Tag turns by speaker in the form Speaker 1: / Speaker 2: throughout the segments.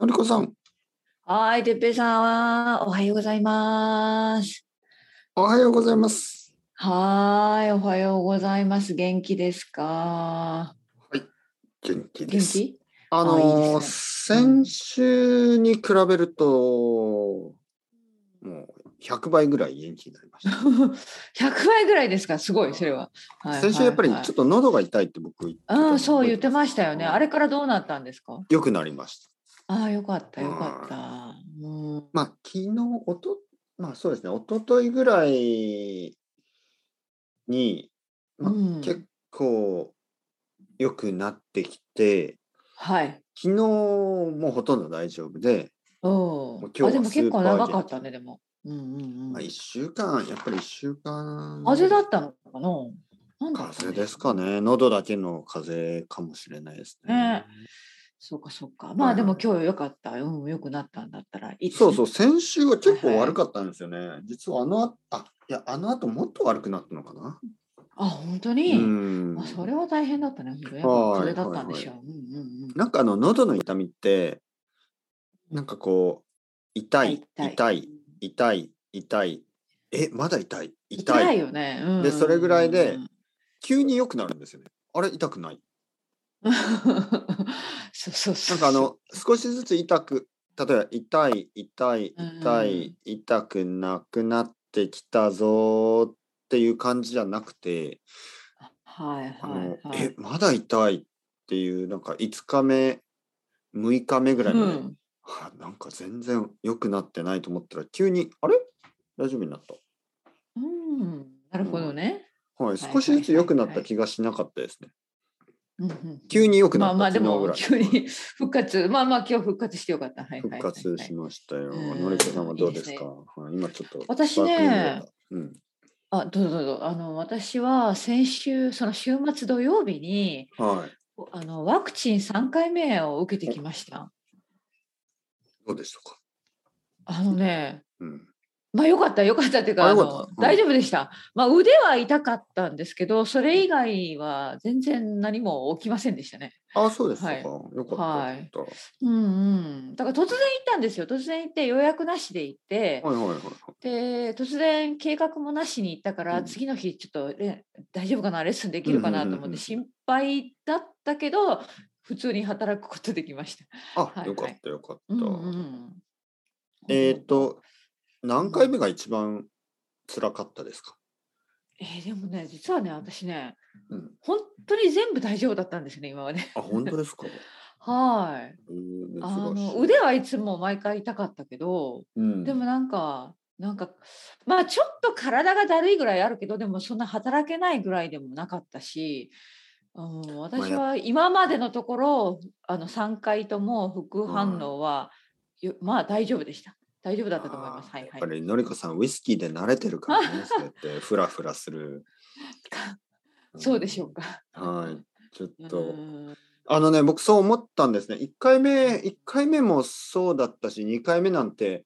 Speaker 1: のりこさん、
Speaker 2: はい、てっぺいさんは、おはようございます。
Speaker 1: おはようございます。
Speaker 2: はーい、おはようございます。元気ですか
Speaker 1: 元気で
Speaker 2: 元
Speaker 1: す。
Speaker 2: 気
Speaker 1: あの
Speaker 2: あいい
Speaker 1: ー
Speaker 2: ですねうん
Speaker 1: 先週に比べると、もう100倍ぐらい元気になりました。
Speaker 2: ?100 倍ぐらいですかすごい、それは。はい
Speaker 1: 先週やっぱりちょ
Speaker 2: はい
Speaker 1: っと喉が痛いって僕言ってた
Speaker 2: はい
Speaker 1: の
Speaker 2: うん、そう言ってましたよね。
Speaker 1: うん
Speaker 2: あれからどうなったんですか
Speaker 1: よくなりました。
Speaker 2: ああ、よかった、
Speaker 1: うん
Speaker 2: よかった。うん
Speaker 1: まあ昨日、おと、まあそうですね、おとといぐらいに、まあ
Speaker 2: うん
Speaker 1: 結構良くなってきて、
Speaker 2: はい。
Speaker 1: 昨日もうほとんど大丈夫で、
Speaker 2: お
Speaker 1: もう今
Speaker 2: ーあ
Speaker 1: 日
Speaker 2: で
Speaker 1: は
Speaker 2: も
Speaker 1: ス
Speaker 2: 結
Speaker 1: ーパー
Speaker 2: 構長かったね、でも。うんうんうん
Speaker 1: まあ、1。週間、やっぱり1週間。
Speaker 2: 風邪だったのかななんだったん
Speaker 1: 風邪ですかね。喉だけの風邪かもしれないですね
Speaker 2: ね。そうかそうか。
Speaker 1: は
Speaker 2: ま
Speaker 1: い
Speaker 2: あでも今日良かった。うん、良くなったんだったらいいです
Speaker 1: そ
Speaker 2: ね、
Speaker 1: うそう、先週は結構悪かったんですよね。実はあのあ、あ、いや、あの後もっと悪くなったのかな。
Speaker 2: あ、本当
Speaker 1: う
Speaker 2: に、
Speaker 1: ん
Speaker 2: あ。それは大変だったね。本当やっ
Speaker 1: は
Speaker 2: ぱ
Speaker 1: い
Speaker 2: 風邪だったんでしょう。うんうんうん。
Speaker 1: なんかあの、喉の痛みって、なんかこう、痛い、
Speaker 2: 痛い
Speaker 1: 痛い、痛い、痛い、え、まだ痛い、痛い。
Speaker 2: 痛いよね。うんうんうん
Speaker 1: でそれぐらいで急に良くなるんですよね。あれ、痛くない。
Speaker 2: そうそうそう。
Speaker 1: なんかあの、少しずつ痛く、例えば痛い、痛い、痛
Speaker 2: う
Speaker 1: い
Speaker 2: ん、
Speaker 1: 痛くなくなってきたぞーっていう感じじゃなくて、
Speaker 2: はい
Speaker 1: あ
Speaker 2: は
Speaker 1: の
Speaker 2: い、はい。
Speaker 1: え、まだ痛いっていう、なんか5日目、6日目ぐらいに、
Speaker 2: うん
Speaker 1: はあなんか全然良くなってないと思ったら、急に、あれ大丈夫になった。
Speaker 2: うん。なるほどね。
Speaker 1: はい、
Speaker 2: はい
Speaker 1: 少しずつ良くなっ
Speaker 2: はい
Speaker 1: た
Speaker 2: はい
Speaker 1: 気がしなかったですね。
Speaker 2: うんうん、
Speaker 1: 急に良くな
Speaker 2: ま
Speaker 1: っ
Speaker 2: あ
Speaker 1: た、
Speaker 2: まあでも
Speaker 1: 昨日ぐ
Speaker 2: 急
Speaker 1: らい。
Speaker 2: に復活まあまあ今日復活してよかった。はいはいは
Speaker 1: 復
Speaker 2: い、
Speaker 1: 活しましたよ。
Speaker 2: うん
Speaker 1: のりこさんはどうです
Speaker 2: いいで
Speaker 1: か
Speaker 2: すね
Speaker 1: はい今ちょっと。
Speaker 2: 私
Speaker 1: ス
Speaker 2: ね
Speaker 1: パークリングウォーター、うん、
Speaker 2: あどうぞどうぞあの私は先週その週末土曜日に
Speaker 1: はい。
Speaker 2: おあのワクチン3回目を受けてきました。
Speaker 1: どうでしたか。
Speaker 2: あのね、
Speaker 1: うん。
Speaker 2: まあよかったよかったっていうか
Speaker 1: あ
Speaker 2: あ
Speaker 1: よかった
Speaker 2: の
Speaker 1: うん
Speaker 2: 大丈夫でした。まあ腕は痛かったんですけど、それ以外は全然何も起きませんでしたね。
Speaker 1: あ、そうですか。
Speaker 2: はい
Speaker 1: よかった。
Speaker 2: はい
Speaker 1: よかっ
Speaker 2: うんうん。だから突然行ったんですよ。突然行って予約なしで行って
Speaker 1: た。、はいはいはいはい。
Speaker 2: で突然計画もなしに行ったから、
Speaker 1: うん
Speaker 2: 次の日ちょっとレ大丈夫かなレッスンできるかなと
Speaker 1: うんうんう
Speaker 2: 思っ
Speaker 1: んうん
Speaker 2: て心配だったけど、普通に働くことできました。
Speaker 1: あ、
Speaker 2: はい
Speaker 1: よかったよかった。
Speaker 2: うんうん。
Speaker 1: えっ、と、何回目が一番辛かったですか。
Speaker 2: えーでもね実はね私ね
Speaker 1: うん。
Speaker 2: 本当に全部大丈夫だったんですね今まで。
Speaker 1: あ、本当 ですか。
Speaker 2: はい。
Speaker 1: えー
Speaker 2: あの
Speaker 1: 珍しい
Speaker 2: 腕はいつも毎回痛かったけど、
Speaker 1: うん、
Speaker 2: でもなんかなんかまあちょっと体がだるいぐらいあるけどでもそんな働けないぐらいでもなかったし、うん、私は今までのところあの3回とも副反応は、よまあ大丈夫でした大丈夫だったと思います
Speaker 1: あ
Speaker 2: は
Speaker 1: ー
Speaker 2: い
Speaker 1: や
Speaker 2: は
Speaker 1: っ
Speaker 2: い
Speaker 1: ぱりのりこさんウイスキーで慣れてるからね。そうやってフラフラする。ん
Speaker 2: そうでしょう。か
Speaker 1: はい。ちょっと。
Speaker 2: うん
Speaker 1: あのね、僕そう思ったんですね。1回目、一回目もそうだったし、2回目なんて、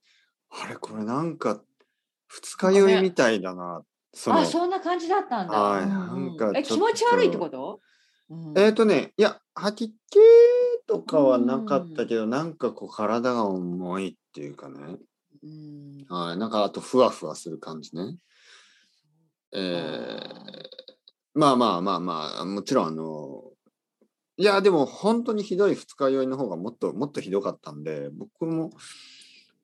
Speaker 1: あれ、これなんか、二日酔いみたいだな。その
Speaker 2: あそんな感じだったんだ、
Speaker 1: はい
Speaker 2: うんうん
Speaker 1: なんか
Speaker 2: え
Speaker 1: ちょっと
Speaker 2: 気持ち悪いってこと、うん
Speaker 1: えっ、とね、いや、吐き気とかはなかったけど、なんかこう、体が重いっていうかね。
Speaker 2: うん
Speaker 1: はい。なんか、あと、ふわふわする感じね。えーまあまあまあまあ、もちろん、あの、いや、でも本当にひどい二日酔いの方がもっともっとひどかったんで、僕も、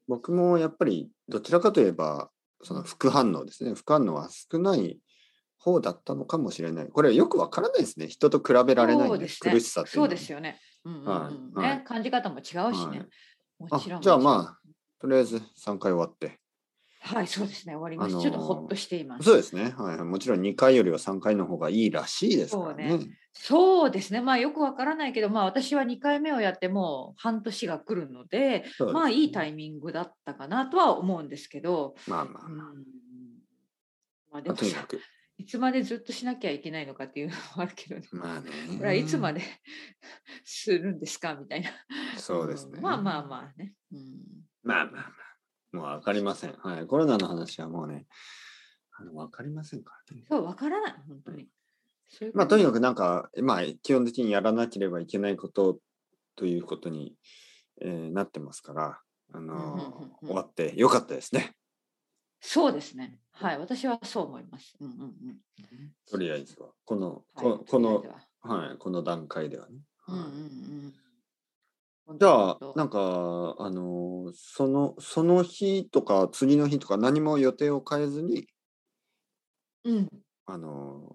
Speaker 1: 僕もやっぱりどちらかといえば、その副反応ですね、副反応は少ない方だったのかもしれない。これよくわからないですね。人と比べられないん
Speaker 2: そう
Speaker 1: で、
Speaker 2: ですね
Speaker 1: 苦しさってい
Speaker 2: そ
Speaker 1: の
Speaker 2: う
Speaker 1: は
Speaker 2: うですよね。うんうんうん
Speaker 1: はいはい
Speaker 2: ね感じ方も違うしね。
Speaker 1: はい
Speaker 2: も
Speaker 1: あ
Speaker 2: ちろん。
Speaker 1: じゃあ
Speaker 2: も
Speaker 1: まあ、とりあえず3回終わって。
Speaker 2: ちろんはい、そうですね。終わりました。
Speaker 1: あのー
Speaker 2: ちょっとほっとしています。
Speaker 1: そうですね。はい。もちろん2回よりは3回の方がいいらしいですから
Speaker 2: そ
Speaker 1: ね。
Speaker 2: うそうですね。まあよくわからないけど、まあ私は2回目をやってもう半年が来るので、
Speaker 1: そうです
Speaker 2: まあいいタイミングだったかなとは思うんですけど、
Speaker 1: まあまあ
Speaker 2: うん
Speaker 1: ま
Speaker 2: まあで
Speaker 1: あ。
Speaker 2: も
Speaker 1: とにか
Speaker 2: さ
Speaker 1: く。
Speaker 2: いつまでずっとしなきゃいけないのかっていうのもあるけどね。
Speaker 1: まあね。
Speaker 2: これはいつまで するんですかみたいな。
Speaker 1: そうですね。
Speaker 2: んまあまあまあね。うん
Speaker 1: まあまあまあ。もうわかりません。はい。コロナの話はもうね、あのわかりませんからね。
Speaker 2: そう、わからない、本当に。そういうこ
Speaker 1: まあとにかくなんか、まあ基本的にやらなければいけないことということにえーなってますから、あのー
Speaker 2: うんうんうんうん
Speaker 1: 終わってよかったですね。
Speaker 2: そうですね。はい、私はそう思います。うんうんうん。
Speaker 1: とりあえずは。この、
Speaker 2: はい
Speaker 1: ここの
Speaker 2: とり、あえずは
Speaker 1: はい、この段階ではね。
Speaker 2: うん
Speaker 1: はい
Speaker 2: うんうん。
Speaker 1: じゃあ
Speaker 2: 本当、
Speaker 1: なんか、あのーその、その日とか、次の日とか、何も予定を変えずに、
Speaker 2: うん、
Speaker 1: あの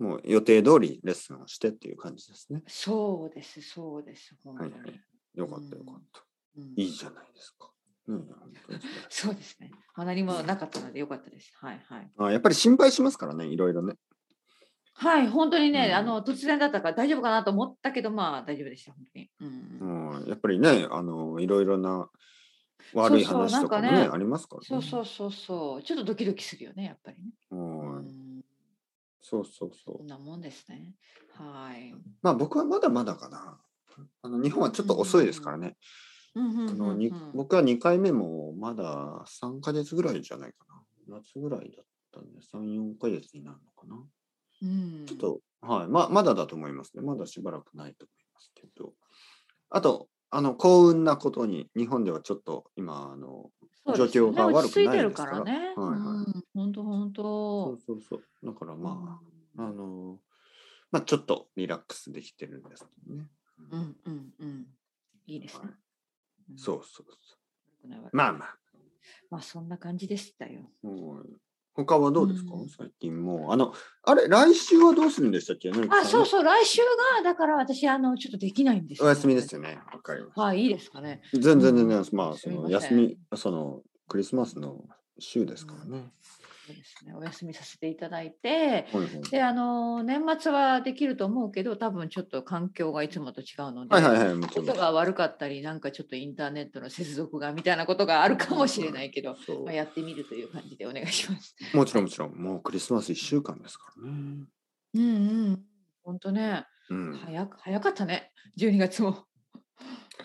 Speaker 1: ーもう予定通りレッスンをしてっていう感じですね。
Speaker 2: そうです、そうです、本当に。
Speaker 1: はいはいよかったよかった。
Speaker 2: うん
Speaker 1: いいじゃないですか。うん、本当に素晴らしい
Speaker 2: そうですね。まあ、何もなかったのでよかったです。はいはい。
Speaker 1: あやっぱり心配しますからね、いろいろね。
Speaker 2: はい、本当にね、
Speaker 1: うん
Speaker 2: あの突然だったから大丈夫かなと思ったけど、まあ大丈夫でした、本当に。うん
Speaker 1: う
Speaker 2: うん
Speaker 1: ん、やっぱりね、あのいろいろな悪い
Speaker 2: そうそう
Speaker 1: 話とかね、
Speaker 2: なんかね
Speaker 1: ありますからね。
Speaker 2: そうそうそうそう、ちょっとドキドキするよね、やっぱりね。
Speaker 1: うん
Speaker 2: うん
Speaker 1: そうそうそ
Speaker 2: こ
Speaker 1: う。
Speaker 2: んなもんですね。はい。
Speaker 1: まあ僕はまだまだかな。あの日本はちょっと遅いですからね。
Speaker 2: うんうん
Speaker 1: こ
Speaker 2: うんう
Speaker 1: の
Speaker 2: ん
Speaker 1: に僕は2回目もまだ3ヶ月ぐらいじゃないかな。夏ぐらいだったんで、3、4ヶ月になるのかな。
Speaker 2: うん
Speaker 1: ちょっと、はいま、まだだと思いますね。まだしばらくないと思いますけど。あと、あの幸運なことに、日本ではちょっと今、あの
Speaker 2: そうです
Speaker 1: 状況
Speaker 2: よね
Speaker 1: が悪くないです
Speaker 2: 落ち着いてるか
Speaker 1: から
Speaker 2: らね。
Speaker 1: はいはい
Speaker 2: 本当本
Speaker 1: そう
Speaker 2: 当。
Speaker 1: そうそう。だからまあ、
Speaker 2: うん
Speaker 1: あの、まあちょっとリラックスできてるんですけどね。
Speaker 2: うんうんうん。いいですね。ん
Speaker 1: そうそうそ
Speaker 2: 悪くない悪く
Speaker 1: う。
Speaker 2: な
Speaker 1: ま
Speaker 2: い
Speaker 1: あまあ。
Speaker 2: まあそんな感じでしたよ。
Speaker 1: もう他はどうですか、
Speaker 2: うん
Speaker 1: 最近もう。あの、あれ、来週はどうするんでしたっけなんか
Speaker 2: あ、そうそう、来週が、だから私、あの、ちょっとできないんです
Speaker 1: お休みですよね。わかりま
Speaker 2: はい、いいですかね。
Speaker 1: す。全然全
Speaker 2: う
Speaker 1: 然、
Speaker 2: ん
Speaker 1: まあ、
Speaker 2: す
Speaker 1: そ
Speaker 2: みま
Speaker 1: の
Speaker 2: せん
Speaker 1: 休み、そのクリスマスの週ですからね。
Speaker 2: そうですねお休みさせていただいて、
Speaker 1: はいはい
Speaker 2: で、あの、年末はできると思うけど、多分ちょっと環境がいつもと違うので、
Speaker 1: はいはいはい、もちろん。
Speaker 2: 音が悪かったり、なんかちょっとインターネットの接続がみたいなことがあるかもしれないけど、
Speaker 1: そう
Speaker 2: まあ、やってみるという感じでお願いします。
Speaker 1: もちろんもちろん、もうクリスマス1週間ですからね。
Speaker 2: うんうん。本当ね、
Speaker 1: うん、
Speaker 2: 早く早かったね、12月も。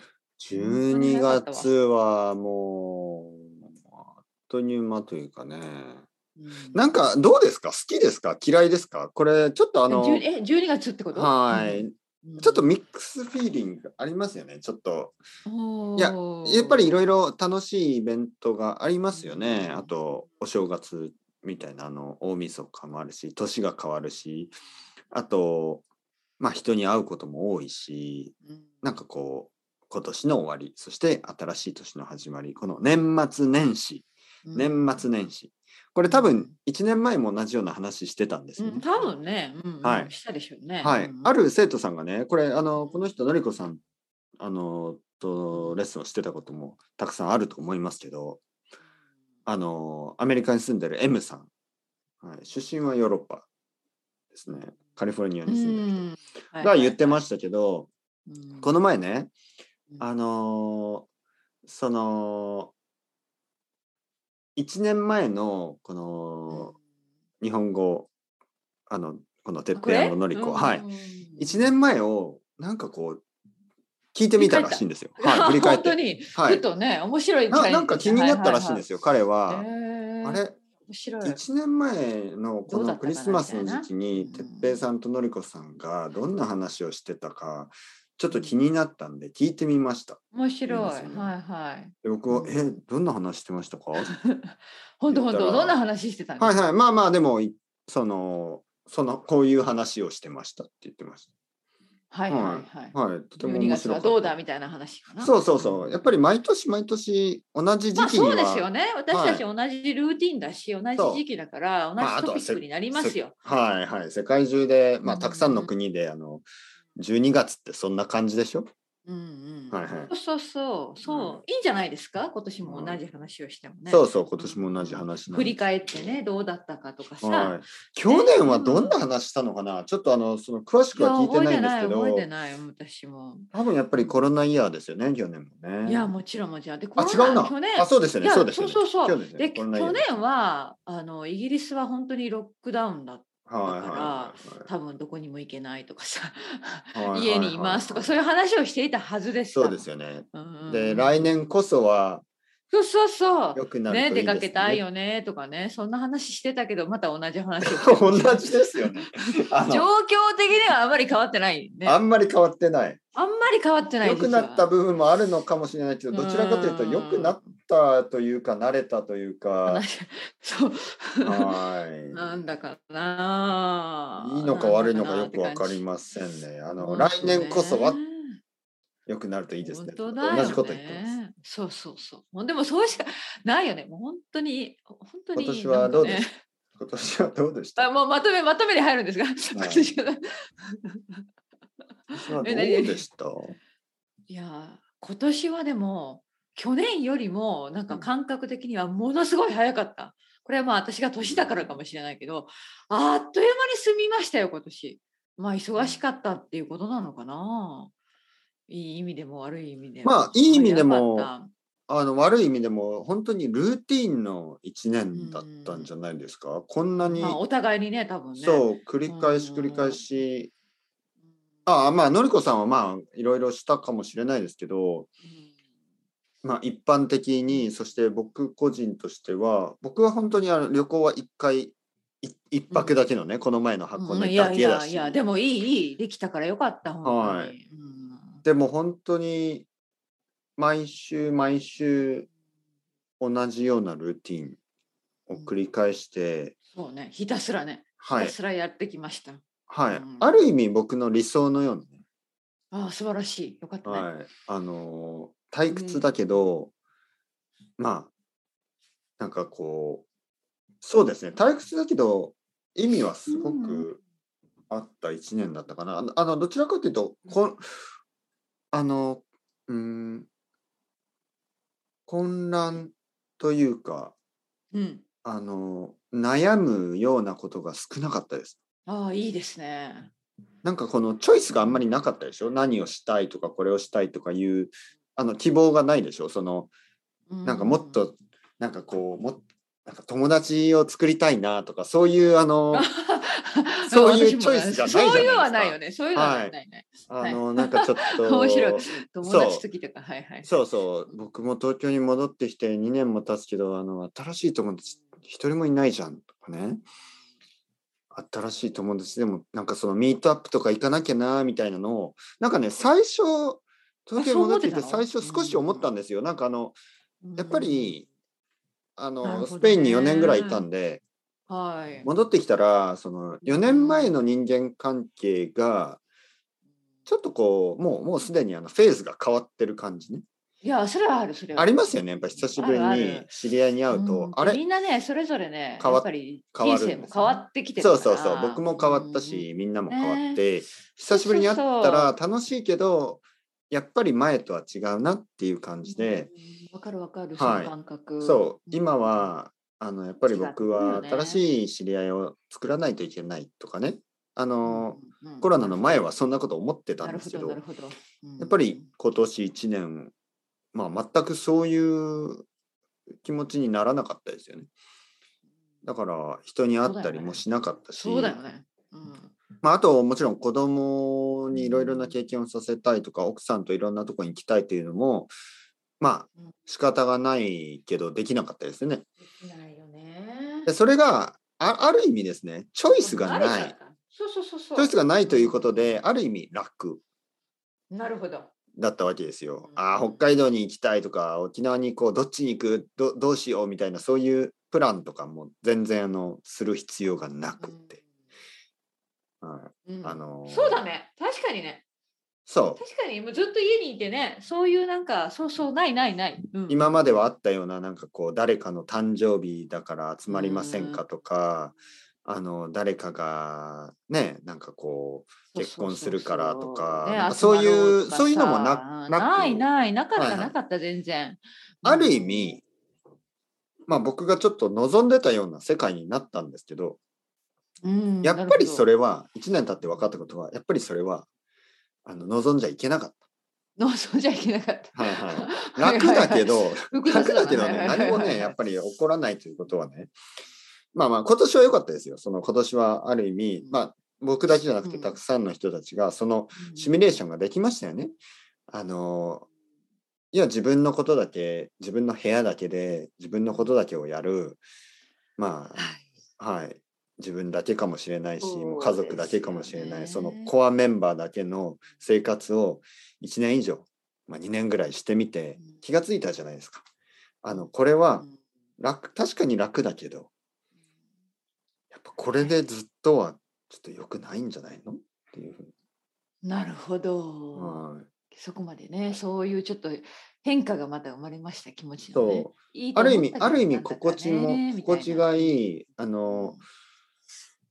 Speaker 1: 12
Speaker 2: 本当に早かったわ
Speaker 1: 月はもう、あっという間というかね。なんかどうですか好きですか嫌いですかこれちょっとあ
Speaker 2: あの
Speaker 1: の、
Speaker 2: え12月ってこと
Speaker 1: はい、
Speaker 2: うん
Speaker 1: ちょっとミックスフィーリングありますよね。ちょっと、
Speaker 2: おー
Speaker 1: いややっぱりいろいろ楽しいイベントがありますよね
Speaker 2: う。ん
Speaker 1: あと、お正月みたいな、あの、大晦日もあるし、年が変わるし、あと、まあ人に会うことも多いし、
Speaker 2: うん
Speaker 1: なんかこう、今年の終わり、そして新しい年の始まり、この年末年始、
Speaker 2: うん
Speaker 1: 年末年始。これ多分1年前も同じような話してたんです
Speaker 2: う
Speaker 1: よ
Speaker 2: ん、
Speaker 1: ね。
Speaker 2: 多分ね、うんうん
Speaker 1: はい
Speaker 2: したでしょうね。
Speaker 1: はい、
Speaker 2: うんうん
Speaker 1: ある生徒さんがねこれあのこの人のりこさんあのとレッスンをしてたこともたくさんあると思いますけどあのアメリカに住んでる M さん、はい、出身はヨーロッパですねカリフォルニア
Speaker 2: う
Speaker 1: に住んでる人
Speaker 2: ん、
Speaker 1: が言ってま
Speaker 2: し
Speaker 1: したけど
Speaker 2: た。うん
Speaker 1: この前ね
Speaker 2: うん
Speaker 1: あのその1年前のこの日本語あのこのてっ
Speaker 2: こ
Speaker 1: ぺ
Speaker 2: れ
Speaker 1: んののりこ、
Speaker 2: うん
Speaker 1: はい1年前をなんかこう聞いてみたらしいんですよ。
Speaker 2: あ
Speaker 1: はい、振り返っ
Speaker 2: 本当
Speaker 1: て。
Speaker 2: に、
Speaker 1: は
Speaker 2: ちょっ
Speaker 1: い、
Speaker 2: とね、面白いみたい
Speaker 1: な
Speaker 2: で
Speaker 1: なんか気になったらしいんですよ、彼
Speaker 2: はい
Speaker 1: は
Speaker 2: はい。はい
Speaker 1: あ
Speaker 2: へー
Speaker 1: れ
Speaker 2: 面白い。
Speaker 1: 1年前のこ
Speaker 2: ど
Speaker 1: の
Speaker 2: うだったかな
Speaker 1: クリスマスの時期に
Speaker 2: みた
Speaker 1: 哲
Speaker 2: いな
Speaker 1: 平さんとのりこさんがどんな話をしてたかちょっと気になったんで聞いてみました。
Speaker 2: 面白い。
Speaker 1: いい
Speaker 2: は
Speaker 1: ですよ
Speaker 2: い
Speaker 1: ね
Speaker 2: はい。
Speaker 1: で僕は「
Speaker 2: うん
Speaker 1: えどんな話してましたか? 」は
Speaker 2: 本当
Speaker 1: 言っ
Speaker 2: 本
Speaker 1: たら
Speaker 2: 当、どんな話してたんです
Speaker 1: いはいまあまあでもいそのそのこういう話をしてましたって言ってまし
Speaker 2: か。はいはいはい。
Speaker 1: た。はい、とても
Speaker 2: 12
Speaker 1: 面
Speaker 2: 月
Speaker 1: 白か
Speaker 2: は
Speaker 1: った。
Speaker 2: どうだみたいな話かな。
Speaker 1: そうそうそう。やっぱ
Speaker 2: り
Speaker 1: り毎年毎年同じ時
Speaker 2: まあ
Speaker 1: 期に
Speaker 2: そ
Speaker 1: は
Speaker 2: うですよね。私たち同じルーティンだし、同じ時期だから、
Speaker 1: まああと
Speaker 2: 同
Speaker 1: は
Speaker 2: じトピックになりますよ。
Speaker 1: はいはい、世界中で、まあ、
Speaker 2: うん
Speaker 1: たくさんの国で、あの12月ってそんな感じでしょ
Speaker 2: うんうん
Speaker 1: はいはい
Speaker 2: そうそうそう、そうう、いいんじゃないですか、今年も同じ話をしてもね。
Speaker 1: そうそう、今年も同じ話なん
Speaker 2: 振
Speaker 1: で
Speaker 2: り返ってね、どうだったかとかさ。
Speaker 1: はい、去年はどんな話したのかな、ちょっとあのその詳し
Speaker 2: い
Speaker 1: く
Speaker 2: や
Speaker 1: は聞いて
Speaker 2: 覚え
Speaker 1: ない
Speaker 2: て
Speaker 1: んです
Speaker 2: ない、
Speaker 1: け
Speaker 2: 覚えて
Speaker 1: ど、
Speaker 2: ない、私も。
Speaker 1: 多分やっぱりコロナイヤーですよね、去年もね。
Speaker 2: いや、もちろん、もちろん。で、
Speaker 1: あ
Speaker 2: コ、
Speaker 1: 違
Speaker 2: ロ
Speaker 1: う
Speaker 2: ナ
Speaker 1: な。
Speaker 2: 去年。
Speaker 1: あ、そうですよ
Speaker 2: い
Speaker 1: ね、
Speaker 2: や
Speaker 1: そうですよ
Speaker 2: そう
Speaker 1: ね。
Speaker 2: そうそ
Speaker 1: 去
Speaker 2: う
Speaker 1: 年
Speaker 2: で、
Speaker 1: ねコ
Speaker 2: 去
Speaker 1: ロナイヤーです
Speaker 2: 年は、あの、イギリスは本当にロックダウンだった。
Speaker 1: はいはい
Speaker 2: 多分どこにも行けないとかさ、
Speaker 1: はいはいはいはい
Speaker 2: 家にいますとか、そういう話をしていたはずです。
Speaker 1: そうです
Speaker 2: よ。
Speaker 1: よね。
Speaker 2: うんうんうん
Speaker 1: で、来年こそは
Speaker 2: そうそうそう。
Speaker 1: 良くなるとい
Speaker 2: ね
Speaker 1: い
Speaker 2: 出かけたい
Speaker 1: よ。
Speaker 2: よねとかねそんな話してたけどまた同じ話を
Speaker 1: 同
Speaker 2: してる
Speaker 1: じですよね。あ
Speaker 2: 状況
Speaker 1: の
Speaker 2: 的にはあまり変わってないね
Speaker 1: あ
Speaker 2: あん
Speaker 1: んまり変わってない。
Speaker 2: まり変わってない
Speaker 1: 良くなった
Speaker 2: 実は
Speaker 1: 部分もあるのかもしれないけど、どちらかというと
Speaker 2: うん
Speaker 1: 良くなったというか、慣れたというか、
Speaker 2: 話 そう な
Speaker 1: は。
Speaker 2: んだかないい
Speaker 1: いいのか悪いのかよくわかりませんね。あの、来年こそは良くなるといいですね。
Speaker 2: 本当だよ、ね、
Speaker 1: 同じこと言ってます。
Speaker 2: そうそうそうもうでもそうしかないよねもう本当に本当に
Speaker 1: 今年はどうですし今年はどうでした
Speaker 2: あもうまとめまとめに入るんですが、今年は
Speaker 1: 今年はど
Speaker 2: え
Speaker 1: う
Speaker 2: 何々
Speaker 1: でした
Speaker 2: いやー今年はでも去年よりもなんか感覚的にはものすごい早かった。これはまあ私が年だからかもしれないけどあっという間に済みましたよ今年。まあ忙しかったっていうことなのかな。いい意味でも悪い意味でも。
Speaker 1: まあいい意味でも
Speaker 2: 早かっ
Speaker 1: あの悪い意味でも本当にルーティンの1年だったんじゃないですか、こんな
Speaker 2: た
Speaker 1: に、
Speaker 2: まあお互いにね多分ね。
Speaker 1: そう繰り返し繰り返し、ああまあのりこさんはまあいろいろしたかもしれないですけど、まあ、一般的にそして僕個人としては僕は本当にあの旅行は1回い一泊だけのね、この前の
Speaker 2: うん。
Speaker 1: 箱
Speaker 2: う
Speaker 1: 根
Speaker 2: んい
Speaker 1: だ
Speaker 2: やい
Speaker 1: けだ
Speaker 2: や
Speaker 1: し、
Speaker 2: いやでもいいいいできたからよかった本当に。
Speaker 1: はい
Speaker 2: うん
Speaker 1: でも本当に毎週毎週同じようなルーティンを繰り返して、
Speaker 2: そうねひたすらねひ
Speaker 1: は
Speaker 2: た
Speaker 1: い
Speaker 2: すらやってきました。
Speaker 1: はい、
Speaker 2: うん
Speaker 1: ある意味僕の理想のようなね、
Speaker 2: ああ素晴らしい。よかったね。
Speaker 1: はい、あのー退屈だけど、まあなんかこうそうですね退屈だけど意味はすごくあった1年だったかな、あのあのどちらかというとこんあのうーん混乱というか
Speaker 2: うん。
Speaker 1: あの悩むようなことが少なかったです。
Speaker 2: ああ、いいですね。
Speaker 1: なんかこのチョイスがあんまりなかったでしょ何をしたいとかこれをしたいとかいうあの希望がないでしょそのな
Speaker 2: なん
Speaker 1: かもっ となんかこうもっなんか友達を作りたいなとかそういうあ のそういうチョイスがないじゃないですか
Speaker 2: そういうはないよね。そういうのはないないない。
Speaker 1: あのなんかちょっと
Speaker 2: 面白い友達
Speaker 1: そう
Speaker 2: 好きとか、はいはい。
Speaker 1: そうそう僕も東京に戻ってきて2年も経つけどあの新しい友達一人もいないじゃんとかね新しい友達でもなんかそのミートアップとか行かなきゃなみたいなのをなんかね最初東京に戻ってきて
Speaker 2: あそう思
Speaker 1: 最
Speaker 2: ってた
Speaker 1: 初
Speaker 2: の
Speaker 1: 少し思ったんですよなんかあのやっぱりあ
Speaker 2: なるほ
Speaker 1: の
Speaker 2: どね
Speaker 1: スペインに4年ぐらいいたんで
Speaker 2: うん、はい。
Speaker 1: 戻ってきたらその4年前の人間関係がちょっとこうもうもうすでにあのフェーズが変わってる感じね。
Speaker 2: いや、それはある、それは
Speaker 1: ありますよねやっぱ久しぶり
Speaker 2: あるあ
Speaker 1: に
Speaker 2: る
Speaker 1: 知り合いに会うと、
Speaker 2: ん
Speaker 1: あれ
Speaker 2: みんなね、それぞれね、
Speaker 1: 変わっ
Speaker 2: やっぱり
Speaker 1: 変わ
Speaker 2: 人
Speaker 1: るんです
Speaker 2: 生
Speaker 1: よね
Speaker 2: も変わってきてる
Speaker 1: そ
Speaker 2: か
Speaker 1: う
Speaker 2: ら。
Speaker 1: そうそう僕も変わったし、みんなも変わって、
Speaker 2: そうそう
Speaker 1: 久しぶりに会ったら楽しいけどやっぱり前とは違うなっていう感
Speaker 2: うん。
Speaker 1: じで、
Speaker 2: うんわかるわかる、そ
Speaker 1: はい
Speaker 2: の感覚。
Speaker 1: そう今はあのやっぱり僕は
Speaker 2: 違ってるよ
Speaker 1: 新
Speaker 2: ね
Speaker 1: しい知り合いを作らないといけないとかねあ
Speaker 2: うん、
Speaker 1: の、
Speaker 2: うん
Speaker 1: コロナの前はそんなこと思ってたんですけど
Speaker 2: なるほど、なるほど。
Speaker 1: やっぱり今年1年、まあ、全くそういう気持ちにならなかったですよね。だから人に会ったりもしなかったし、
Speaker 2: そうだよね。うん
Speaker 1: まあ、あともちろん子供にいろいろな経験をさせたいとか奥さんといろんなとこに行きたいというのもまあ仕方がないけどできなかったですね。
Speaker 2: できないよね
Speaker 1: で。それがあある意味ですねチョイスがないチ。
Speaker 2: そうそうそうそう。
Speaker 1: ョイスがないということである意味楽
Speaker 2: なるほど。
Speaker 1: だったわけですよ。
Speaker 2: うん
Speaker 1: ああ北海道に行きたいとか沖縄に行こうどっちに行くどどうしようみたいなそういうプランとかも全然あのする必要がなくて、はい
Speaker 2: うん。うん
Speaker 1: あのー
Speaker 2: そうだね。確かにね。
Speaker 1: そう
Speaker 2: 確かにもうずっと家にいてね、そういうなんかそうそうないないない。うん
Speaker 1: 今まではあったようななんかこう誰かの誕生日だから集まりませんかとか、あの誰かがねなんかこう結婚するからとかなんかそういうそういうのもななく
Speaker 2: ないないなかっ
Speaker 1: はいは
Speaker 2: た
Speaker 1: い
Speaker 2: なかった全然。
Speaker 1: ある意味まあ僕がちょっと望んでたような世界になったんですけど
Speaker 2: うん、うん
Speaker 1: やっぱりそ。
Speaker 2: なる
Speaker 1: れは1年経って分かったことはやっぱりそれはあの望んじゃいけなかっ
Speaker 2: ほどのそうじゃいけな かった。
Speaker 1: た。はいはい、楽だけど
Speaker 2: 複雑
Speaker 1: 楽
Speaker 2: だ
Speaker 1: だ
Speaker 2: な
Speaker 1: けどね、
Speaker 2: はいはいは
Speaker 1: 何も
Speaker 2: い
Speaker 1: ね、やっぱり起こらないということはね、まあまあ、今年は良かったですよ。その今年はある意味、まあ、僕だけじゃなくて、
Speaker 2: うん
Speaker 1: たくさんの人たちが、その
Speaker 2: うん
Speaker 1: シミュレーションができましたよね。あの、いや自分のことだけ自分の部屋だけで自分のことだけをやるまあはい自分だけかもしれないし
Speaker 2: そう
Speaker 1: もう家族だけかもしれない、
Speaker 2: です
Speaker 1: そ
Speaker 2: よ
Speaker 1: の
Speaker 2: ね
Speaker 1: コアメンバーだけの生活を1年以上、まあ、2年ぐらいしてみて
Speaker 2: うん
Speaker 1: 気がついたじゃないですか。あのこれは
Speaker 2: うん
Speaker 1: 楽確かに楽だけどやっぱこれでずっとはちょっと良くないんじゃないのっていうふうに。
Speaker 2: なるほど、
Speaker 1: はい
Speaker 2: そこまでねそういうちょっと変化がまた生まれました気持ちのね
Speaker 1: そう
Speaker 2: いいと
Speaker 1: あ
Speaker 2: 思
Speaker 1: る
Speaker 2: っ
Speaker 1: 意味
Speaker 2: たけど
Speaker 1: ある意味
Speaker 2: なんだか
Speaker 1: 心地も
Speaker 2: ねみたい
Speaker 1: 心
Speaker 2: な
Speaker 1: 地がいいあの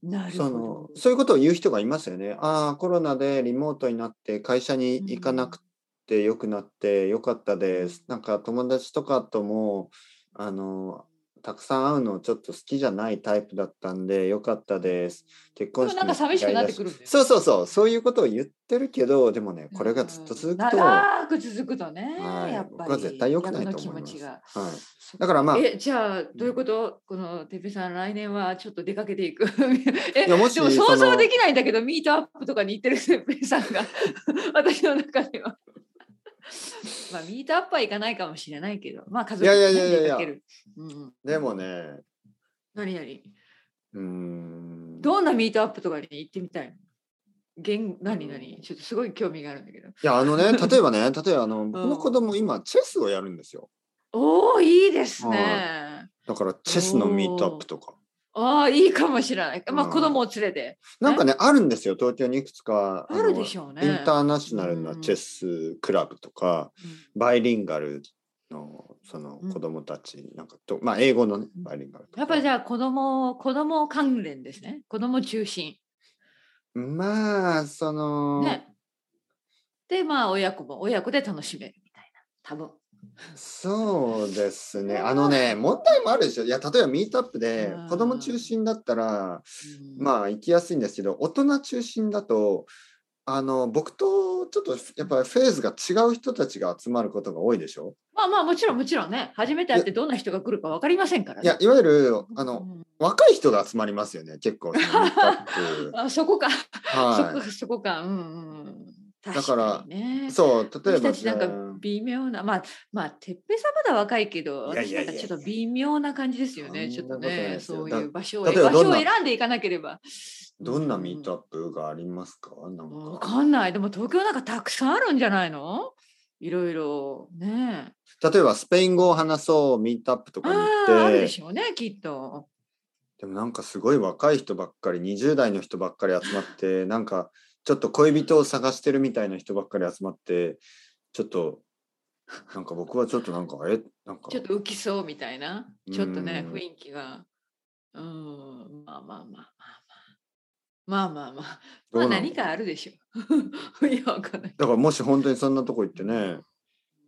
Speaker 2: なるほ
Speaker 1: そ
Speaker 2: ど
Speaker 1: のそういうことを言う人がいますよね。ああコロナでリモートになって会社に行かなくてよくなってよかったです。なんか友達とかともあのたくさん会うのちょっと好きじゃないタイプだったんでよかったです。結
Speaker 2: で
Speaker 1: 婚
Speaker 2: も
Speaker 1: 式
Speaker 2: なんか寂しくなってくるんだよ
Speaker 1: そうそうそうそういうことを言ってるけどでもねこれがずっと続くと、は
Speaker 2: 長く続くとね、
Speaker 1: はい
Speaker 2: やっぱ
Speaker 1: 僕は
Speaker 2: り
Speaker 1: 絶対良くないと思います
Speaker 2: 逆の気持ちが
Speaker 1: い、
Speaker 2: そっ
Speaker 1: だからまあ
Speaker 2: えじゃあどういうこと、このてっぺいさん来年はちょっと出かけていく え
Speaker 1: いやもし
Speaker 2: でも
Speaker 1: その
Speaker 2: 想像できないんだけどミートアップとかに行ってるてっぺいさ んが私の中ではまあミートアップは行かないかもしれないけどまあ家族
Speaker 1: いやいやいやいや
Speaker 2: で出かけるうん
Speaker 1: でもね
Speaker 2: 何何
Speaker 1: うーん
Speaker 2: どんなミートアップとかに行ってみたいの言何何ちょっとすごい興味があるんだけど
Speaker 1: いやあの ね例えばね例えばあの僕の子供今チェスをやるんですよ。
Speaker 2: おおいいですね、
Speaker 1: だからチェスのミートアップとか。
Speaker 2: ああいいかもしれない。まあ
Speaker 1: うん
Speaker 2: 子供を連れて。
Speaker 1: なんかね、あるんですよ、東京にいくつか。
Speaker 2: あるでしょうね
Speaker 1: インターナショナルなチェスクラブとか、バイリンガルのその
Speaker 2: うん
Speaker 1: 子供たち、なんかと、まあ、英語のね、バイリンガルとか。
Speaker 2: やっぱりじゃあ子供を子供関連ですね。子供中心。
Speaker 1: まあ、その、
Speaker 2: ね。でまあ親子も親子で楽しめるみたいな。多分。
Speaker 1: そうですね。あのね、問題もあるでしょ。いや、例えばミートアップで
Speaker 2: うん
Speaker 1: 子供中心だったら、
Speaker 2: うん
Speaker 1: まあ、行きやすいんですけど、大人中心だと、あの僕とちょっとやっぱりフェーズが違う人たちが集まることが多いでしょ
Speaker 2: まあまあもちろんもちろんね。初めて会ってどんな人が来るかわかりませんから、
Speaker 1: い
Speaker 2: ね。
Speaker 1: や、いわゆる、あ
Speaker 2: う
Speaker 1: の、
Speaker 2: ん
Speaker 1: 若い人が集まりますよね、結構。そのミートアップ
Speaker 2: あそこか、そこ
Speaker 1: は
Speaker 2: かそこか。うんうんうん。
Speaker 1: だから
Speaker 2: 確にね
Speaker 1: い。。そう、例えば
Speaker 2: 私たち
Speaker 1: じゃ
Speaker 2: な
Speaker 1: あ、
Speaker 2: んか微妙な、まあ、まあ、てっぺいさんまだ若いけど、
Speaker 1: いやい
Speaker 2: 私
Speaker 1: や
Speaker 2: ないん
Speaker 1: や
Speaker 2: かちょっと微妙な感じですよね、ち
Speaker 1: そ
Speaker 2: ょっ
Speaker 1: んなこ
Speaker 2: と
Speaker 1: とない
Speaker 2: ね、
Speaker 1: ですよ
Speaker 2: そういう場所を
Speaker 1: だ
Speaker 2: 場
Speaker 1: 例えばどん
Speaker 2: 所を
Speaker 1: な
Speaker 2: 選んでいかなければ。
Speaker 1: どんなミートア
Speaker 2: ア
Speaker 1: ップがありますかなん
Speaker 2: わ
Speaker 1: か。
Speaker 2: かんない、でも東京なんかたくさんあるんじゃないのいろいろ。ね
Speaker 1: 例えば、スペイン語を話そう、ミートアップと
Speaker 2: あ
Speaker 1: かに
Speaker 2: あ、
Speaker 1: 行
Speaker 2: あ
Speaker 1: っ
Speaker 2: る
Speaker 1: て
Speaker 2: で、しょうね、きっと。
Speaker 1: でもなんかすごい若い人ばっかり、20代の人ばっかり集まって、なんか、ちょっと恋人を探してるみたいな人ばっかり集まって、ちょっと、なんか僕はちょっとなんか、え、なんか
Speaker 2: ちょっ、と浮きそうみたいな、ちょっとね、
Speaker 1: うん
Speaker 2: 雰囲気が。うん、まあまあまあまあまあ。まあまあまあ。ま
Speaker 1: ど
Speaker 2: あ
Speaker 1: うなの
Speaker 2: 何かあるでしょ。 いや、わかんない。
Speaker 1: だからもし本当にそんなとこ行ってね、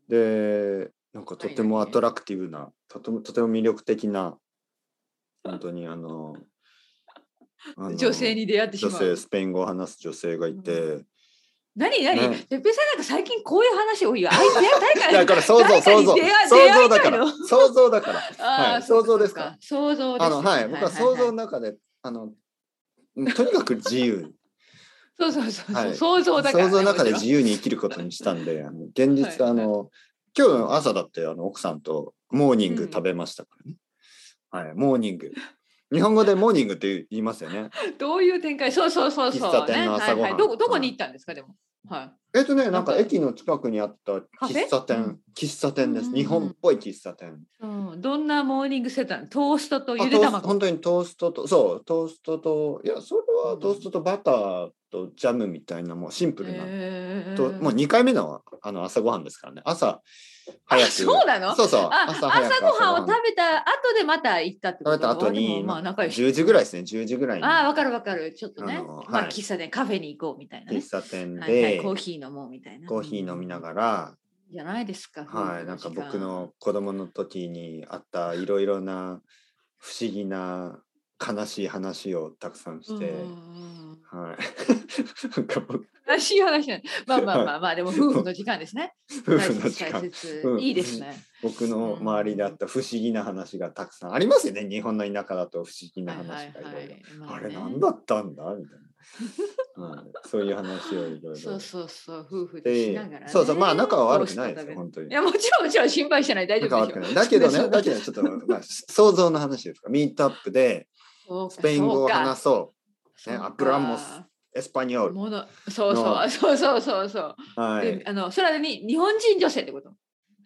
Speaker 1: でなんかとてもアトラクティブなとてもとても魅力的な本当にあのあの
Speaker 2: 女性に出会ってし
Speaker 1: 女
Speaker 2: まう。
Speaker 1: 性スペイン語を話す女性がいて、
Speaker 2: 何
Speaker 1: ね
Speaker 2: 何てっぺいさんなんか最近こういう話多いよ。 あいつ出会いたいから
Speaker 1: だ。から想像
Speaker 2: 誰か
Speaker 1: 想
Speaker 2: に
Speaker 1: 像
Speaker 2: 出会
Speaker 1: 想像だか
Speaker 2: 出会いたいの
Speaker 1: ら想像だから
Speaker 2: あー
Speaker 1: はい
Speaker 2: そう
Speaker 1: 想像ですか。
Speaker 2: そう想像です。
Speaker 1: あのはい僕は想像の中であのとにかく自由
Speaker 2: そうそうそう
Speaker 1: は
Speaker 2: そう。
Speaker 1: い
Speaker 2: 想像だからね。
Speaker 1: 想像の中で自
Speaker 2: 由。
Speaker 1: 由に生きることにしたんであの現実
Speaker 2: はい
Speaker 1: あの今日の朝だってあの奥さんとモーニング食べましたからね、はいモーニング日本語でモーニングって言いますよね
Speaker 2: どういう展開。そうそうそうそう。
Speaker 1: 喫茶店の朝ごはん
Speaker 2: ねはいはいどこどこに行ったんですかでも。は
Speaker 1: えっとね、
Speaker 2: な
Speaker 1: なんん
Speaker 2: か
Speaker 1: か駅の近くにあった
Speaker 2: カフェ
Speaker 1: 喫茶
Speaker 2: う
Speaker 1: 店
Speaker 2: ん、
Speaker 1: 喫茶店で
Speaker 2: うんう
Speaker 1: す。
Speaker 2: んうん
Speaker 1: 日本っぽい喫茶店。
Speaker 2: い。うん。どんなモーニングセットなのトーストと
Speaker 1: あ
Speaker 2: ゆで
Speaker 1: トース
Speaker 2: 卵。
Speaker 1: 本当にトーストと、そう、トーストと、いや、それはトーストとバターとジャムみたいな、もうシンプルな。
Speaker 2: え
Speaker 1: ともう2回目のあの朝ごはんですからね。朝早
Speaker 2: あ
Speaker 1: く。
Speaker 2: そうなの。
Speaker 1: そうそう
Speaker 2: あ
Speaker 1: 朝早く
Speaker 2: 朝ごはんを
Speaker 1: 朝
Speaker 2: 食
Speaker 1: ごはん
Speaker 2: べた後でまた行ったってこ
Speaker 1: 食
Speaker 2: と
Speaker 1: べた後
Speaker 2: でも
Speaker 1: に、
Speaker 2: まあ仲良し
Speaker 1: 10時ぐらいですね、10時ぐらいに
Speaker 2: ああ、わかるわかる。ちょっとね。
Speaker 1: あの
Speaker 2: まあ、
Speaker 1: はい
Speaker 2: 喫茶店、カフェに行こうみたいなね
Speaker 1: 喫。茶店で、
Speaker 2: はいはい、コーヒー飲もうみたいな。
Speaker 1: コーヒー飲みな
Speaker 2: ら。
Speaker 1: がら、
Speaker 2: じゃないですか。
Speaker 1: はい、
Speaker 2: 夫
Speaker 1: なん
Speaker 2: 婦
Speaker 1: か
Speaker 2: 時間
Speaker 1: 僕。の子供の時にあったいろいろな不思議な悲しい話をたくさんして、
Speaker 2: うん
Speaker 1: はい、 なんか僕
Speaker 2: 悲しい話なんまあまあまあまあ、でも夫婦の時間ですね。
Speaker 1: 夫婦の時
Speaker 2: 大
Speaker 1: 間
Speaker 2: 切大切
Speaker 1: うん
Speaker 2: いいで すね。
Speaker 1: 僕の周りであった不思議な話がたくさんありますよね日本の田舎だと不思議な
Speaker 2: はいは
Speaker 1: 話
Speaker 2: い
Speaker 1: がいろ
Speaker 2: はい
Speaker 1: ろ
Speaker 2: い。ま
Speaker 1: あ
Speaker 2: あ
Speaker 1: れ
Speaker 2: ね
Speaker 1: 何だったんだみたいな うんそういう話をいろいろ。
Speaker 2: そうそうそう、夫婦でし
Speaker 1: で
Speaker 2: ながら、ね。
Speaker 1: そうそう、まあ仲は悪くないです
Speaker 2: どうした
Speaker 1: よ、
Speaker 2: 食べ
Speaker 1: 本当に
Speaker 2: い。や、もちろん、もちろん心配してない、大丈
Speaker 1: 仲
Speaker 2: 夫
Speaker 1: 悪
Speaker 2: で
Speaker 1: く
Speaker 2: しょ。
Speaker 1: ないだけど
Speaker 2: そうそ
Speaker 1: ね、
Speaker 2: う
Speaker 1: だけどちょっと、まあ、想像の話ですから、ミートアップで
Speaker 2: そうか
Speaker 1: スペイン語を話そ
Speaker 2: そうか
Speaker 1: ねアプラモス
Speaker 2: そう
Speaker 1: う、エスパニ
Speaker 2: か
Speaker 1: ョール。
Speaker 2: ものそうそう、そうそうそうそう。
Speaker 1: は
Speaker 2: で
Speaker 1: い。
Speaker 2: あのそれはに日本人女性ってこと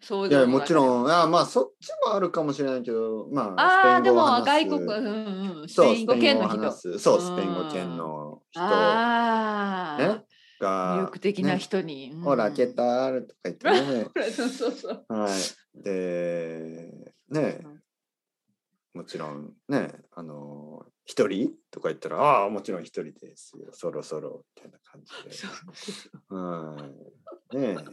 Speaker 2: そう
Speaker 1: いや、もち
Speaker 2: ん。
Speaker 1: ろん、あまあ、そっちもあるかもしれないけど、ま
Speaker 2: あ
Speaker 1: あ、
Speaker 2: あ、
Speaker 1: スペ
Speaker 2: で
Speaker 1: イン語を
Speaker 2: も
Speaker 1: 話す。
Speaker 2: 外国、うんうん、ス
Speaker 1: そ
Speaker 2: ペ
Speaker 1: う、
Speaker 2: イン
Speaker 1: ス
Speaker 2: 語
Speaker 1: ペイン
Speaker 2: 圏
Speaker 1: 語を
Speaker 2: の人
Speaker 1: 話。す。そう、
Speaker 2: うん
Speaker 1: スペイン語圏の人が、
Speaker 2: ああ、
Speaker 1: ね
Speaker 2: 魅力的な人に。うん
Speaker 1: ね、ほら、ケタールとか言ってね。
Speaker 2: ほら そうそうそう。
Speaker 1: はい。で、ね、もちろんね、あの、一人とか言ったら、ああ、もちろん一人ですよ、そろそろ、みたいな感じ で
Speaker 2: そう。
Speaker 1: はい。ねえ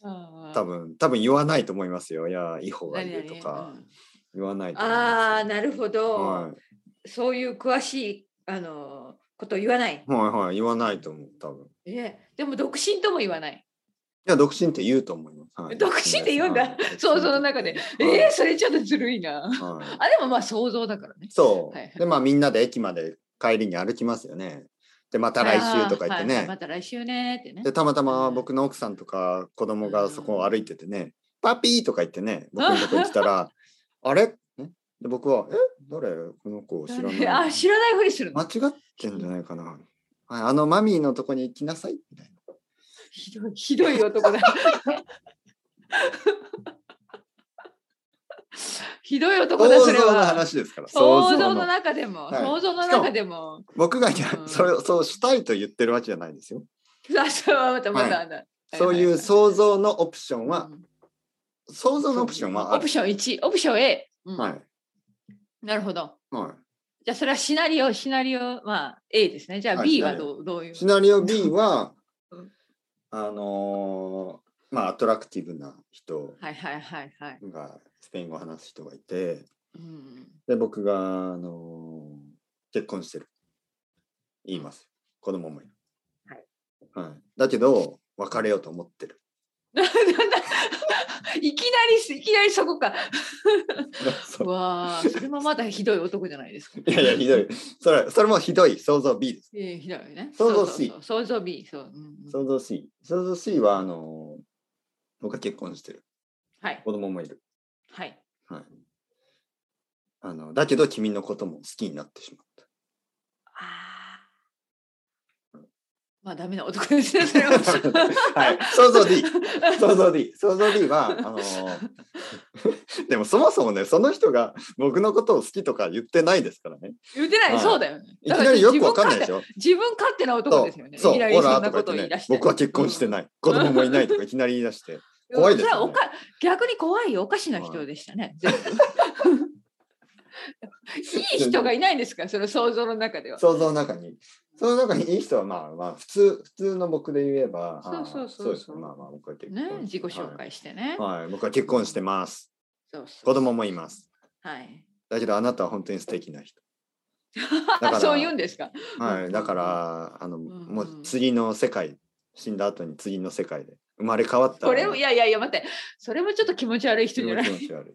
Speaker 2: あー
Speaker 1: 多分、多分言わないと思いますよ。いや、違法がいるとか
Speaker 2: 何、々
Speaker 1: 言わないと思い
Speaker 2: あ
Speaker 1: ま
Speaker 2: あ、なるほど、
Speaker 1: す。はい
Speaker 2: そういう詳しいあのことを言わない。
Speaker 1: はいはい、言わないと思う、多分。い
Speaker 2: えでも独身とも言わない。
Speaker 1: や、独身って言うと思います。はい
Speaker 2: 独身って言うんだ
Speaker 1: はい独身って
Speaker 2: 想像の中で
Speaker 1: はい
Speaker 2: えー、それちょっとずるい
Speaker 1: は
Speaker 2: な。
Speaker 1: い
Speaker 2: あでもまあ想像だからね。
Speaker 1: そう。
Speaker 2: はいはい
Speaker 1: で、まあ、みんなで駅まで帰りに歩きますよね。で、また来週とか言ってね。
Speaker 2: あーはいはいまた来週ねってね
Speaker 1: で。たまたま僕の奥さんとか子供がそこを歩いててね「パピー」とか言ってね僕のとこに来た ら「あれ?ね」で僕は「え誰この子知ら
Speaker 2: 誰
Speaker 1: な
Speaker 2: あ
Speaker 1: い
Speaker 2: 知らないふりする
Speaker 1: 間
Speaker 2: の
Speaker 1: 違。ってんじゃないかなはいあのマミーのとこに行きなさい」みたいな
Speaker 2: ひどいひどい男 だ。ひどい
Speaker 1: 想
Speaker 2: 男だそれ
Speaker 1: 像の
Speaker 2: は。
Speaker 1: 話ですから
Speaker 2: 想
Speaker 1: 想
Speaker 2: 像
Speaker 1: 像
Speaker 2: の
Speaker 1: の
Speaker 2: 中でも、
Speaker 1: はい
Speaker 2: 想像の中でも。
Speaker 1: 僕が
Speaker 2: うん
Speaker 1: それをそうしたいと言ってるわけじゃないですよ
Speaker 2: あそうまたまた、また
Speaker 1: そういう想像のオプション
Speaker 2: は
Speaker 1: はい
Speaker 2: はいはい
Speaker 1: 想像のオプションはあ
Speaker 2: オ
Speaker 1: る
Speaker 2: プション一オプション A、うん
Speaker 1: はい
Speaker 2: なるほど
Speaker 1: は
Speaker 2: じゃあそれはシナリオシナリオまあ A ですねじゃあ
Speaker 1: はい
Speaker 2: B
Speaker 1: シナ
Speaker 2: は
Speaker 1: リオ
Speaker 2: どうどういう
Speaker 1: いシナリオ B は
Speaker 2: うん
Speaker 1: あのーまあアトラクティブな人
Speaker 2: はいはいはいはい、
Speaker 1: がスペイン語を話す人がいて
Speaker 2: うん、
Speaker 1: で僕が、あのー結婚してる言います子供もいる、はいだけど別れようと思ってる
Speaker 2: いきなりいきなりそこか
Speaker 1: そうう
Speaker 2: わあそれもまだひどい男じゃないですか
Speaker 1: いやいやひどいそれそれもひどい想像 B です
Speaker 2: えーひどいね
Speaker 1: 想像 C
Speaker 2: そうそうそう想像 B そう、うんうん
Speaker 1: 想像 C 想像 C はあのー僕が結婚してる
Speaker 2: はい
Speaker 1: 子供もいる、
Speaker 2: はい
Speaker 1: はい、あのだけど君のことも好きになってし まった
Speaker 2: あーまあダメな男ですねそれ は
Speaker 1: はい、想像 D 想像 D 想像 D はあのーでもそもそもねその人が僕のことを好きとか言ってないですからね
Speaker 2: 言ってない、
Speaker 1: はい
Speaker 2: そうだよね
Speaker 1: いきなりよくわかんない
Speaker 2: だ
Speaker 1: で
Speaker 2: ら
Speaker 1: しょ
Speaker 2: 自分勝手な男ですよね
Speaker 1: そう
Speaker 2: いきな
Speaker 1: そう
Speaker 2: り
Speaker 1: ほ
Speaker 2: そ
Speaker 1: ら
Speaker 2: んな
Speaker 1: と
Speaker 2: こ
Speaker 1: か
Speaker 2: とを
Speaker 1: 言
Speaker 2: 言
Speaker 1: って
Speaker 2: い出
Speaker 1: ね
Speaker 2: して
Speaker 1: 僕は結婚してない子供もいないとかいきなり言い出して 怖いですよね
Speaker 2: それはおか逆に怖いよ、おかしな人でしたね。全部 いい人がいないんですか、その想像の中では。
Speaker 1: 想像の中にその中にいい人はまあまあ普通普通の僕で言えば
Speaker 2: そうそうそ
Speaker 1: あー
Speaker 2: うそう
Speaker 1: ですねまあまあ僕は結婚
Speaker 2: ね、自己紹介してね。
Speaker 1: はい、はい僕は結婚してます
Speaker 2: そうそう
Speaker 1: 子供もいます
Speaker 2: はい。
Speaker 1: だけどあなたは本当に素敵な人 から
Speaker 2: そう言うんですか。
Speaker 1: は
Speaker 2: う
Speaker 1: い、
Speaker 2: ん
Speaker 1: だから、あの、
Speaker 2: ん
Speaker 1: もう次の世界、死んだ後に次の世界で生まれ変わったら。
Speaker 2: これも、いやいやいや、待って、それもちょっと気持ち悪い人
Speaker 1: 気
Speaker 2: じゃ
Speaker 1: 持
Speaker 2: ない。
Speaker 1: ち悪い。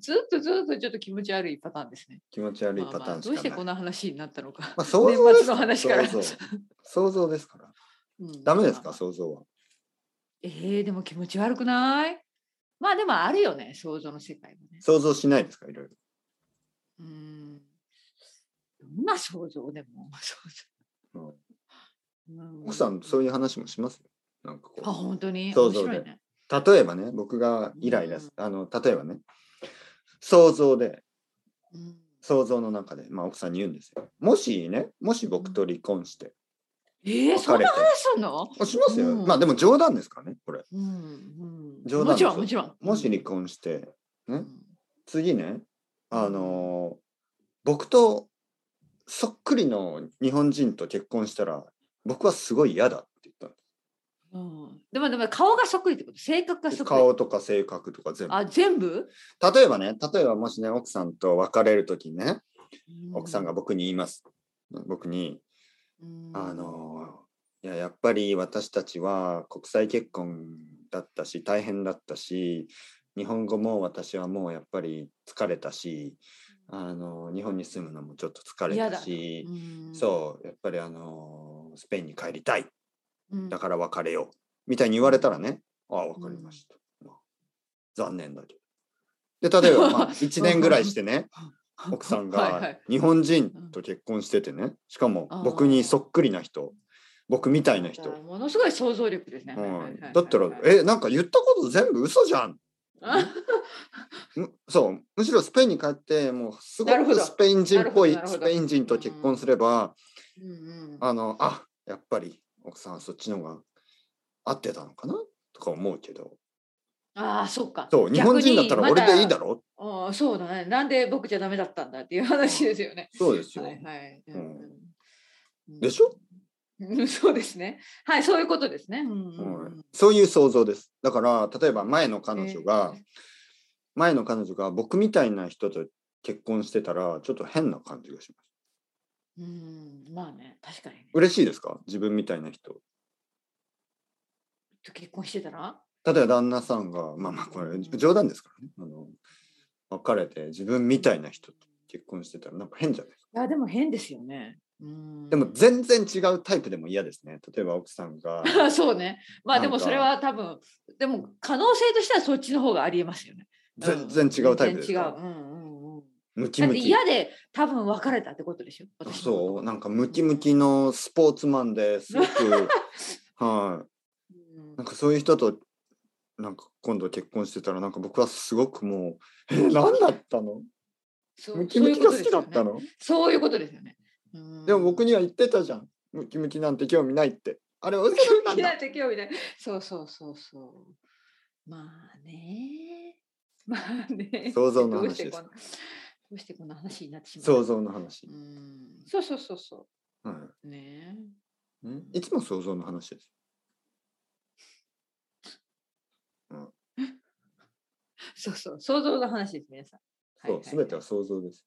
Speaker 2: ずっとずっとちょっと気持ち悪いパターンですね。
Speaker 1: 気持ち悪いパ
Speaker 2: まあ
Speaker 1: タ
Speaker 2: ま
Speaker 1: ー
Speaker 2: あ
Speaker 1: ンしか
Speaker 2: どう
Speaker 1: な
Speaker 2: し
Speaker 1: い。
Speaker 2: てこんな話になったのか。
Speaker 1: まあ、想像です
Speaker 2: 年末の話から
Speaker 1: 想像想像ですから。
Speaker 2: うん
Speaker 1: ダメですか、
Speaker 2: まあ
Speaker 1: 想像は。
Speaker 2: えー、でも気持ち悪くないまあでもあるよね、想像の世界もね。
Speaker 1: 想像しないですか、いろいろ。
Speaker 2: うーんどんな想像でも。想像う
Speaker 1: 奥さん、そういう話もしますよ。なんか
Speaker 2: あ、
Speaker 1: こ
Speaker 2: 本当に
Speaker 1: 想
Speaker 2: 面
Speaker 1: 像で
Speaker 2: 白いね。
Speaker 1: う。例えばね、僕がイライラす、あの、例えばね。想像で、
Speaker 2: うん
Speaker 1: 想像の中で、まあ、奥さんに言うんですよ。もしね、もし僕と離婚して。
Speaker 2: えー、
Speaker 1: 別
Speaker 2: そん
Speaker 1: れ
Speaker 2: な
Speaker 1: て
Speaker 2: 話すんの、
Speaker 1: あしますよ。
Speaker 2: うん
Speaker 1: まあ、でも冗談ですからね、これ。
Speaker 2: うんうん、
Speaker 1: 冗談
Speaker 2: も
Speaker 1: で
Speaker 2: ち
Speaker 1: しょ
Speaker 2: ろん、もちろん。
Speaker 1: もし離婚して、
Speaker 2: う
Speaker 1: ね、
Speaker 2: ん
Speaker 1: 次ね、あのー僕とそっくりの日本人と結婚したら、僕はすごい嫌だって言っ
Speaker 2: うんでもでも顔がそっくりってこと性格
Speaker 1: た
Speaker 2: が
Speaker 1: んで
Speaker 2: そ
Speaker 1: す。
Speaker 2: っくり
Speaker 1: 顔とか性格とか全部。
Speaker 2: あ全部、
Speaker 1: 例えばね、例えばもしね、奥さんと別れるときにね、奥さんが僕に言います。僕に、
Speaker 2: うん、
Speaker 1: あのーいや、やっぱり私たちは国際結婚だったし、大変だったし、日本語も私はもうやっぱり疲れたし、あの日本に住むのもちょっと疲れ
Speaker 2: 嫌
Speaker 1: た
Speaker 2: だ
Speaker 1: し、
Speaker 2: うん
Speaker 1: そうやっぱりあのスペインに帰りたい
Speaker 2: うん
Speaker 1: だから別れようみたいに言われたらね、ああ分かりました、まあ残念だけどで例えば、まあ、1年ぐ らいしてね奥さん
Speaker 2: はいは
Speaker 1: が
Speaker 2: い
Speaker 1: 日本人と結婚しててねしかも僕にそっくりな人僕みたいな人、
Speaker 2: あものすごい想像力ですね。はいはいはい
Speaker 1: は
Speaker 2: はい
Speaker 1: い、だったら「えなんか言ったこと全部嘘じゃん!
Speaker 2: あ
Speaker 1: む」そうむしろスペインに帰ってもうすご
Speaker 2: なるほ
Speaker 1: く
Speaker 2: ど
Speaker 1: スペイン人っぽい
Speaker 2: なるほ
Speaker 1: ス
Speaker 2: どなるほど
Speaker 1: ペイン人と結婚すれば
Speaker 2: うんうん
Speaker 1: あのあやっぱり奥さんはそっちの方が合ってたのかなとか思うけど
Speaker 2: あー、そっか。
Speaker 1: そう日本人だったら俺でいいだ
Speaker 2: ろ。
Speaker 1: ろ
Speaker 2: あーそうだね。なんで僕じゃダメだったんだっていう話ですよね。
Speaker 1: そうですよ、
Speaker 2: はいはい。うんうん
Speaker 1: でしょ、
Speaker 2: うん そうですね。はい、そういうことですね。うんうんうん
Speaker 1: はい、そういう想像ですだから例えば前の彼女が、
Speaker 2: えー
Speaker 1: 前の彼女が僕みたいな人と結婚してたらちょっと変な感じがします
Speaker 2: うん、まあね、確かにね。
Speaker 1: 嬉しいですか自分みたいな人
Speaker 2: 結婚してたら
Speaker 1: 例えば旦那さんがまあまあこれ冗談ですからねあの別れて自分みたいな人と結婚してたらなんか変じゃないですか
Speaker 2: いや、でも変ですよね。うん
Speaker 1: でも全然違うタイプでも嫌ですね例えば奥さんが
Speaker 2: そうね。まあ
Speaker 1: なん
Speaker 2: で
Speaker 1: か
Speaker 2: もそれは多分、でも可能性としてはそっちの方がありえますよね。
Speaker 1: 全然違うタイプ
Speaker 2: で
Speaker 1: ですす
Speaker 2: 違う。
Speaker 1: か
Speaker 2: うんうんうん。
Speaker 1: ムキ
Speaker 2: だっ
Speaker 1: ム
Speaker 2: て
Speaker 1: キ
Speaker 2: 嫌で多分別れたってことでしょ。私のこと
Speaker 1: そうなんかムキムキのスポーツマンですご くはい
Speaker 2: うん
Speaker 1: なんかそういう人となんか今度結婚してたらなんか僕はすごくもう「 え何だったの
Speaker 2: そう
Speaker 1: ムキムキが好きだっ
Speaker 2: そういうことですよ
Speaker 1: た
Speaker 2: ね
Speaker 1: の
Speaker 2: そういうことですよね。うん
Speaker 1: でも僕には言ってたじゃんムキムキなんて興味ないってあれ嘘なんだ
Speaker 2: 嫌で興味 ない。そうそうそうそう。まあね。まあね。
Speaker 1: 想像の話
Speaker 2: どうして
Speaker 1: です
Speaker 2: こんなどうしてこんな話になってしまった
Speaker 1: 想像の話
Speaker 2: う、ん。そうそうそうそ
Speaker 1: は
Speaker 2: う。ね
Speaker 1: い、いつも想像の話です
Speaker 2: そうそう。想像の話です、皆さん。
Speaker 1: そう、すべては想像です